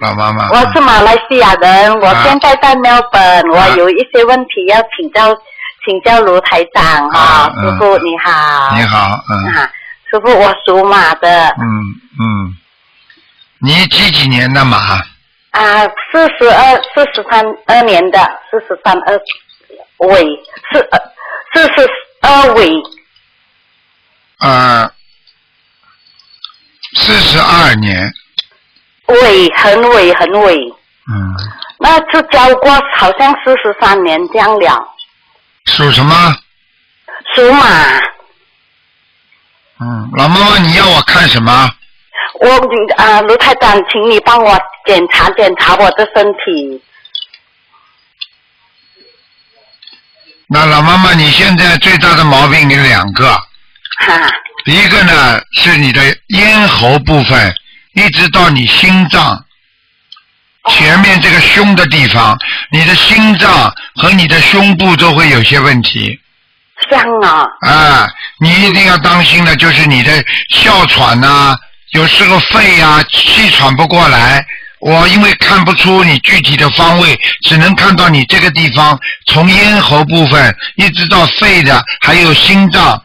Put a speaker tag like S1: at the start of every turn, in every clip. S1: 老妈妈。
S2: 啊我是马来西亚人，我现在在墨尔
S1: 啊
S2: 本，我有一些问题要请教请教卢台长哈
S1: 啊，
S2: 师
S1: 嗯
S2: 傅你好。
S1: 你好，嗯
S2: 啊，师傅，我属马的
S1: 嗯嗯，你几几年的马？嗯
S2: 啊，四十二四十三二年的，四十三二尾四呃四十二尾
S1: 呃，四十二年，
S2: 尾很尾很尾，
S1: 嗯，
S2: 那次交过好像四十三年这样了，
S1: 属什么？
S2: 属马。
S1: 嗯，老妈妈，你要我看什么？
S2: 我啊、卢台长，请你帮我检查检查我的身体。
S1: 那老妈妈，你现在最大的毛病有两个，
S2: 哈、
S1: 一个呢是你的咽喉部分，一直到你心脏前面这个胸的地方，你的心脏和你的胸部都会有些问题
S2: 这样啊，
S1: 啊，你一定要当心的，就是你的哮喘呐、有时候肺呀、气喘不过来。我因为看不出你具体的方位，只能看到你这个地方，从咽喉部分一直到肺的，还有心脏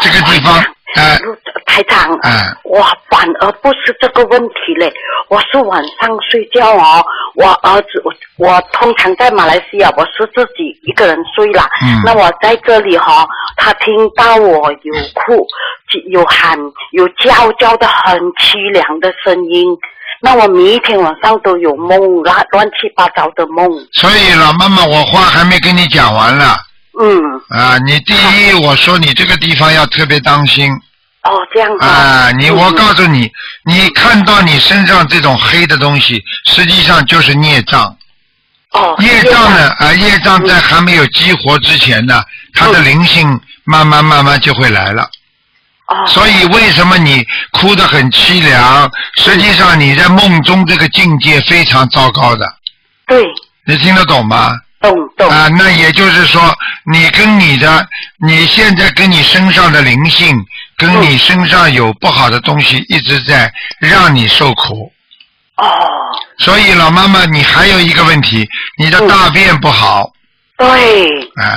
S1: 这个地方，哎、
S2: 卢台长，
S1: 哎
S2: 我反而不是这个问题嘞，我是晚上睡觉哦，我儿子，我我通常在马来西亚我是自己一个人睡啦，
S1: 嗯
S2: 那我在这里哈、哦，他听到我有哭、有喊、有叫叫的很凄凉的声音。那我每一天晚上都有梦，乱乱七八糟的梦。
S1: 所以老妈妈，我话还没跟你讲完了
S2: 嗯，
S1: 啊！你第一，我说你这个地方要特别当心
S2: 哦，这样
S1: 啊！你我
S2: 嗯
S1: 告诉你，你看到你身上这种黑的东西，实际上就是孽障。
S2: 哦，
S1: 业
S2: 这样
S1: 障呢，
S2: 嗯
S1: 啊，业障在还没有激活之前呢，它的灵性慢慢慢慢就会来了。
S2: 哦，
S1: 所以为什么你哭得很凄凉？实际上你在梦中这个境界非常糟糕的，
S2: 对，
S1: 你听得懂吗？
S2: 懂懂，
S1: 啊，那也就是说，你跟你的，你现在跟你身上的灵性，跟你身上有不好的东西一直在让你受苦，
S2: 哦，
S1: 所以老妈妈，你还有一个问题，你的大便不好
S2: 对。
S1: 啊，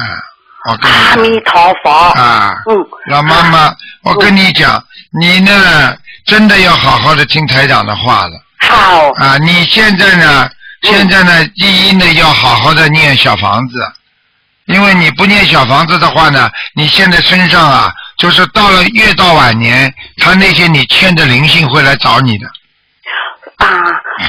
S1: 我跟
S2: 阿弥
S1: 你
S2: 陀佛。
S1: 讲啊，
S2: 嗯，
S1: 老妈妈，我跟你讲，你呢真的要好好的听台长的话了
S2: 好，
S1: 啊，你现在呢，
S2: 嗯
S1: 现在呢，第一呢要好好的念小房子，因为你不念小房子的话呢，你现在身上啊，就是到了越到晚年，他那些你欠的灵性会来找你的。
S2: 啊，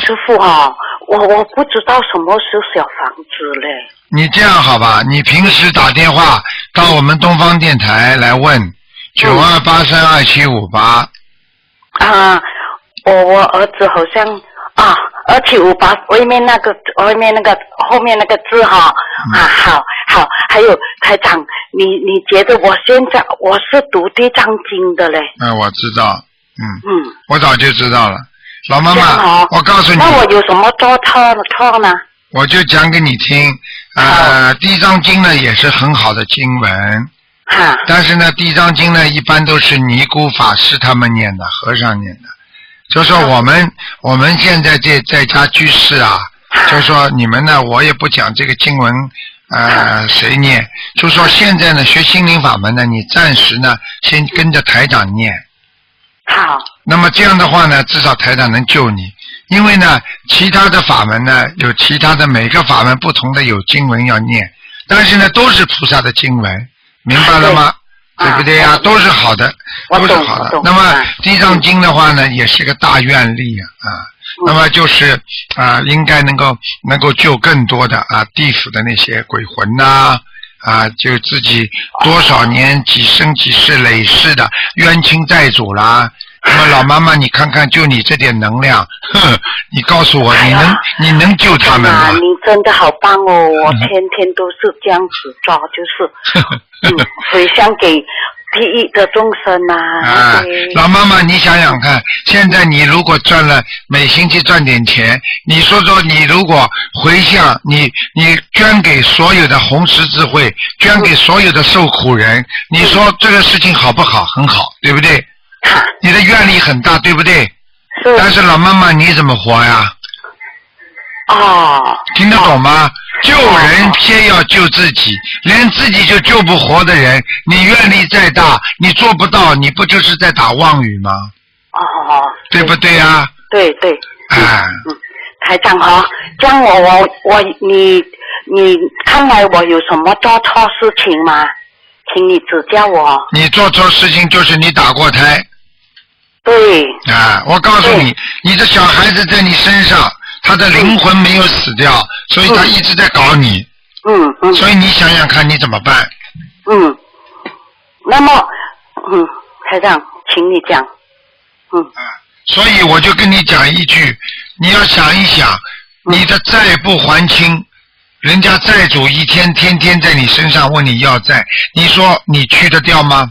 S2: 师傅哦，我我不知道什么是小房子嘞。
S1: 你这样好吧？你平时打电话到我们东方电台来
S2: 嗯
S1: 问九二八三二七五八，
S2: 啊，我我儿子好像啊，而且我把外面那个外面那个后面那个字哈、啊，好好，还有台长，你你觉得我现在我是读地藏经的嘞？
S1: 嗯，我知道，嗯，
S2: 嗯，
S1: 我早就知道了。老妈
S2: 这样
S1: 妈
S2: 好，
S1: 我告诉你，
S2: 那我有什么做错错呢？
S1: 我就讲给你听。呃，《地藏经》呢也是很好的经文，
S2: 哈、
S1: 但是呢，《地藏经》呢一般都是尼姑法师他们念的，和尚念的。就说我们、我们现在这在家居士啊，就说你们呢，我也不讲这个经文，呃，谁念？就说现在呢，学心灵法门呢，你暂时呢先跟着台长念。
S2: 好，
S1: 那么这样的话呢，至少台长能救你，因为呢，其他的法门呢有其他的每个法门不同的有经文要念，但是呢都是菩萨的经文，明白了吗？
S2: 对
S1: 对不对呀、
S2: 啊我
S1: 都是好的，
S2: 我
S1: 都
S2: 懂
S1: 是好
S2: 我
S1: 的
S2: 懂。
S1: 那么
S2: 啊
S1: 《地藏经》的话呢，也是个大愿力啊。啊
S2: 嗯
S1: 那么就是啊、应该能够能够救更多的啊地府的那些鬼魂呐、啊，就自己多少年几生几世累世的冤亲债主啦。那么老妈妈，你看看，就你这点能量，哼，你告诉我，
S2: 哎
S1: 你
S2: 呀
S1: 能你能救他们
S2: 啊
S1: 吗？，
S2: 你真的好棒哦！我天天都是这样子做，就是
S1: 啊
S2: 嗯， 回向给地狱的众生啊。
S1: 啊
S2: 那些，
S1: 老妈妈，你想想看，现在你如果赚了每星期赚点钱，你说说你如果回向，你你捐给所有的红十字会，捐给所有的受苦人，你说这个事情好不好？很好，对不对？
S2: 哈
S1: 你的愿力很大，对不对？
S2: 啊是
S1: 但是老妈妈，你怎么活呀？
S2: 哦，
S1: 听得懂吗？救人偏要救自己，连自己就救不活的人，你愿力再大，你做不到，你不就是在打妄语吗？
S2: 哦，
S1: 对不对呀、
S2: 对对，
S1: 哎，
S2: 嗯，台长哈，这样我我我你你看来我有什么做错事情吗？请你指教我。
S1: 你做错事情就是你打过胎
S2: 对，
S1: 啊！我告诉你
S2: 对，
S1: 你的小孩子在你身上，他的灵魂没有死掉，所以他一直在搞你，
S2: 嗯嗯
S1: 所以你想想看你怎么办？
S2: 嗯，那么嗯，台长，请你讲。嗯
S1: 所以我就跟你讲一句，你要想一想，
S2: 嗯
S1: 你的债不还清，人家债主一天天天在你身上问你要债，你说你去得掉吗？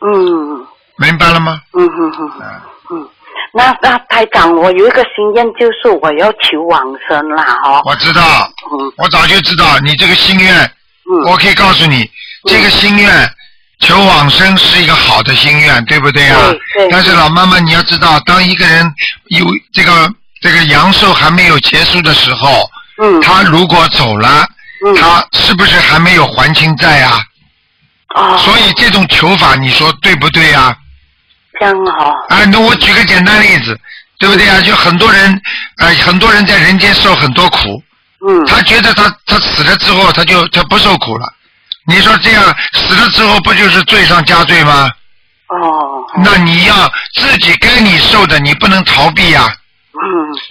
S2: 嗯
S1: 明白了吗？
S2: 嗯嗯嗯嗯
S1: 啊，
S2: 嗯，那那台长，我有一个心愿，就是我要求往生啦，哦。
S1: 我知道，
S2: 嗯
S1: 我早就知道你这个心愿，
S2: 嗯
S1: 我可以告诉你，这个心愿求往生是一个好的心愿，对不对啊？
S2: 对对
S1: 但是老妈妈，你要知道，当一个人有这个这个阳寿还没有结束的时候，
S2: 嗯，
S1: 他如果走了。
S2: 嗯
S1: 他是不是还没有还清债啊？
S2: 哦，
S1: 所以这种求法，你说对不对啊？
S2: 这样哦，
S1: 啊，那我举个简单例子，对不对
S2: 嗯
S1: 啊？就很多人，呃，很多人在人间受很多苦，
S2: 嗯
S1: 他觉得他他死了之后，他就他不受苦了。你说这样死了之后，不就是罪上加罪吗？
S2: 哦，
S1: 那你要自己该你受的，你不能逃避呀、
S2: 嗯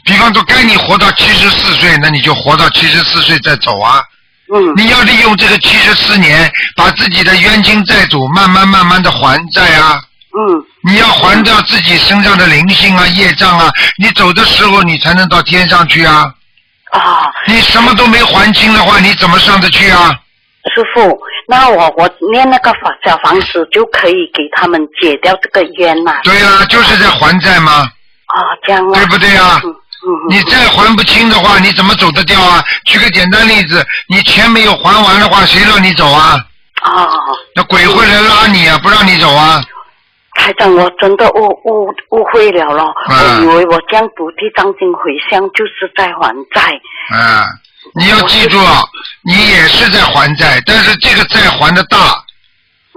S1: 比方说，该你活到七十四岁，那你就活到七十四岁再走啊。
S2: 嗯
S1: 你要利用这个七十四年，把自己的冤亲债主慢慢慢慢的还债啊！
S2: 嗯
S1: 你要还掉自己身上的灵性啊、业障啊，你走的时候你才能到天上去啊！
S2: 啊，
S1: 你什么都没还清的话，你怎么上得去啊？
S2: 师傅，那我我念那个法小房子就可以给他们解掉这个冤呐、
S1: 对啊，就是在还债嘛，
S2: 啊，这样啊，
S1: 对不对啊？
S2: 嗯嗯，
S1: 你再还不清的话，你怎么走得掉啊？举个简单例子，你钱没有还完的话，谁让你走啊？
S2: 啊，
S1: 那鬼会来拉你啊，不让你走啊！
S2: 台长，我真的误误误会了咯，
S1: 嗯
S2: 我以为我这样读地藏经回向就是在还债，
S1: 啊，你要记住啊，你也是在还债，但是这个债还的大，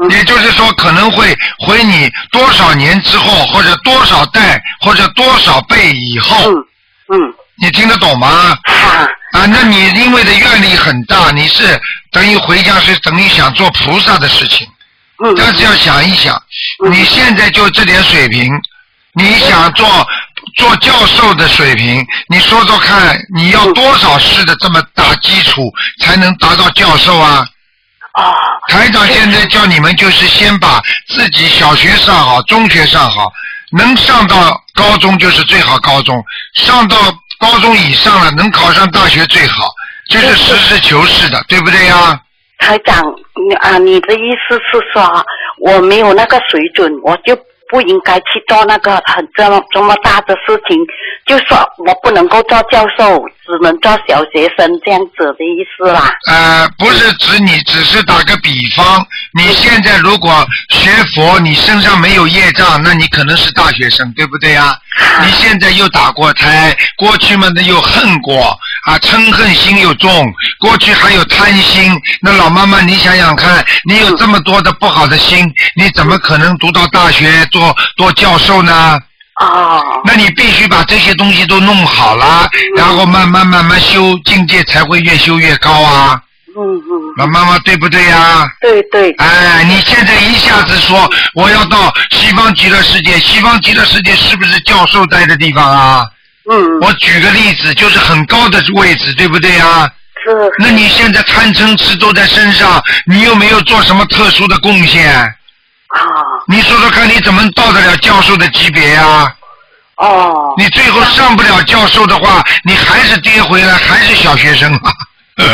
S2: 嗯
S1: 也就是说可能会回你多少年之后，或者多少代，或者多少辈以后，
S2: 嗯嗯，
S1: 你听得懂吗？
S2: 哈、
S1: 啊，那你因为的愿力很大，你是等于回家是等于想做菩萨的事情，
S2: 嗯
S1: 但是要想一想，
S2: 嗯
S1: 你现在就这点水平，你想做做教授的水平，你说说看，你要多少世的这么大基础才能达到教授啊？
S2: 啊，
S1: 台长现在叫你们就是先把自己小学上好，中学上好，能上到高中就是最好高中，上到高中以上了，能考上大学最好，就是实事求是的，对不对呀？
S2: 台长，你啊，你的意思是说我没有那个水准，我就不应该去做那个很这么这么大的事情，就说我不能够做教授，只能做小学生这样子的意思啦。
S1: 呃，不是指你，只是打个比方，你现在如果学佛，你身上没有业障，那你可能是大学生，对不对呀？你现在又打过胎，过去嘛那又恨过啊，嗔恨心又重，过去还有贪心。那老妈妈，你想想看，你有这么多的不好的心，你怎么可能读到大学做做教授呢？
S2: 哦，
S1: 那你必须把这些东西都弄好啦，然后慢慢慢慢修，境界才会越修越高啊。
S2: 嗯嗯，
S1: 老妈妈对不对呀、
S2: 对对，
S1: 哎，你现在一下子说我要到西方极乐世界，西方极乐世界是不是教授待的地方啊？
S2: 嗯，
S1: 我举个例子，就是很高的位置，对不对啊？
S2: 是
S1: 那你现在贪嗔痴都在身上，你又没有做什么特殊的贡献，
S2: 啊，
S1: 你说说看，你怎么到得了教授的级别啊？
S2: 哦，
S1: 你最后上不了教授的话，你还是跌回来，还是小学生啊？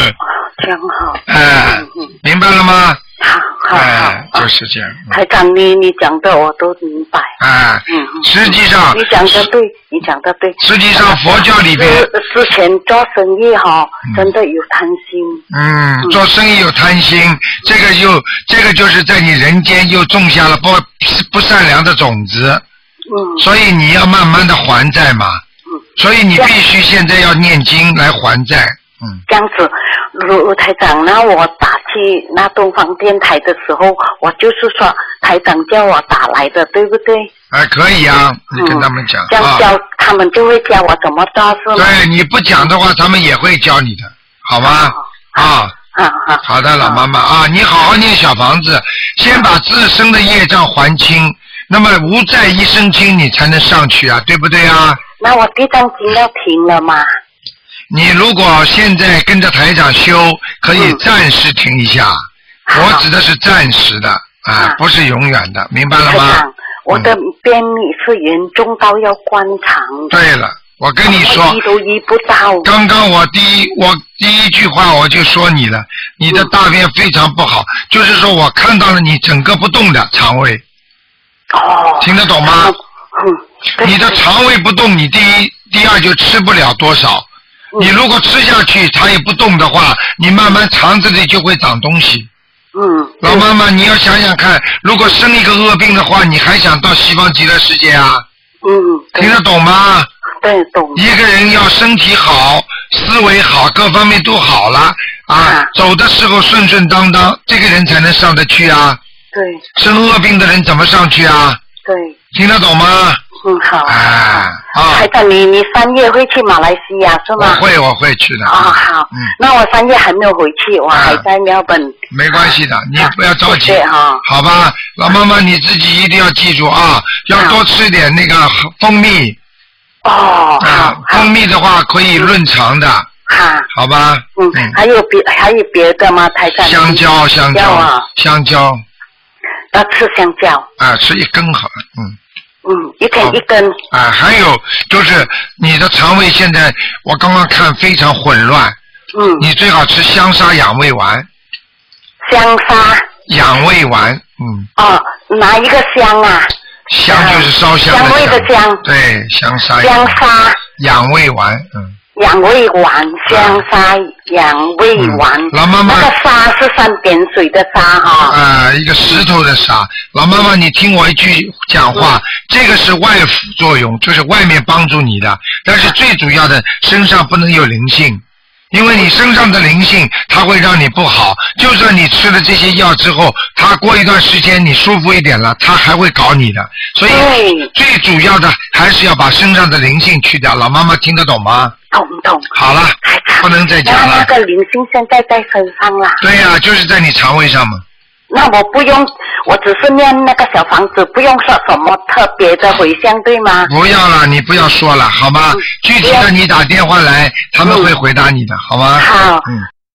S2: 这样好，
S1: 哎，明白了吗？
S2: 好好
S1: 哎，
S2: 好啊
S1: 就，是这样。嗯
S2: 台长，你你讲的我都明白。
S1: 哎，
S2: 嗯嗯，
S1: 实际上
S2: 你，讲的对，你讲的对。
S1: 实际上佛教里边，
S2: 之之前做生意哈、真的有贪心。
S1: 嗯，做生意有贪心，这个又这个就是在你人间又种下了不不善良的种子，
S2: 嗯
S1: 所以你要慢慢的还债嘛。
S2: 嗯
S1: 所以你必须现在要念经来还债。嗯，
S2: 这样子，卢卢台长，那我打去那东方电台的时候，我就是说台长叫我打来的，对不对？
S1: 哎，可以啊，你跟他们讲、
S2: 这样
S1: 啊。
S2: 教、他们就会教我怎么做，是吗？
S1: 对，你不讲的话，他们也会教你的，好吗？啊，
S2: 啊啊，
S1: 好的，老妈妈啊，你好好念小房子，先把自身的业障还清，那么无债一身轻，你才能上去啊，对不对啊？
S2: 那我地藏经要停了嘛？
S1: 你如果现在跟着台长修，可以
S2: 嗯
S1: 暂时停一下，
S2: 好
S1: 我指的是暂时的啊
S2: 啊，
S1: 不是永远的，明白了
S2: 台
S1: 吗？
S2: 长，我的便秘是严重到要灌肠的，
S1: 对了，我跟你说，
S2: 医都医不到。
S1: 刚刚我第一我第一句话我就说你了，你的大便非常不好，就是说我看到了你整个不动的肠胃，
S2: 哦，
S1: 听得懂吗？
S2: 嗯，对
S1: 啊你的肠胃不动，你第一第二就吃不了多少，
S2: 嗯
S1: 你如果吃下去它也不动的话，你慢慢肠子里就会长东西。
S2: 嗯，
S1: 老妈妈，你要想想看，如果生一个恶病的话，你还想到西方极乐世界啊？
S2: 嗯，对
S1: 听得懂吗？
S2: 对懂，
S1: 一个人要身体好、思维好，各方面都好了啊
S2: 啊，
S1: 走的时候顺顺当当，这个人才能上得去啊。
S2: 对
S1: 生恶病的人怎么上去啊？
S2: 对，
S1: 听得懂吗？
S2: 嗯好。
S1: 哎啊
S2: 台，长，你你三月会去马来西亚是
S1: 我
S2: 吗？
S1: 会我会去的。
S2: 哦，好
S1: 嗯，
S2: 那我三月还没有回去，我
S1: 啊
S2: 还在喵本。
S1: 没关系的，你
S2: 啊
S1: 不要着急
S2: 谢谢，啊
S1: 好吧？老妈妈，你自己一定要记住啊，要
S2: 啊
S1: 多吃点那个蜂蜜
S2: 哦，
S1: 啊
S2: 好，，
S1: 蜂蜜的话可以润肠的，
S2: 好，
S1: 好吧？
S2: 嗯，还有别还有别的吗？台长，
S1: 香蕉，香
S2: 要
S1: 蕉
S2: 啊，
S1: 香蕉
S2: 要吃香蕉，
S1: 啊，吃一根好了，嗯。
S2: 嗯，一
S1: 好
S2: 天一根，
S1: 啊，还有就是你的肠胃现在我刚刚看非常混乱，
S2: 嗯，
S1: 你最好吃香砂养胃丸，
S2: 香砂，
S1: 养胃丸，嗯，
S2: 哦，拿一个香啊，
S1: 香就是烧香
S2: 香味
S1: 的哎
S2: 的香
S1: 对，香砂
S2: 香
S1: 养
S2: 砂
S1: 养胃丸，嗯，
S2: 养胃丸，香砂养胃丸
S1: 嗯，老妈妈
S2: 那个砂是三点水的砂哈，
S1: 啊，一个石头的砂，老妈
S2: 嗯
S1: 妈，你听我一句讲话，这个是外辅作用，就是外面帮助你的，但
S2: 嗯
S1: 是最主要的身上不能有灵性。因为你身上的灵性，它会让你不好。就算你吃了这些药之后，它过一段时间你舒服一点了，它还会搞你的。所以
S2: 对
S1: 最主要的还是要把身上的灵性去掉。老妈妈听得懂吗？
S2: 懂懂。
S1: 好了，
S2: 台长
S1: 不能再讲
S2: 那那
S1: 了。
S2: 个灵性现在在身上啦，
S1: 对呀、就是在你肠胃上嘛。
S2: 那我不用，我只是念那个小房子，不用说什么特别的回向，对吗？
S1: 不要了，你不要说了，好吗
S2: 嗯？
S1: 具体的你打电话来，他们会回答你的，好吗？
S2: 好
S1: 嗯，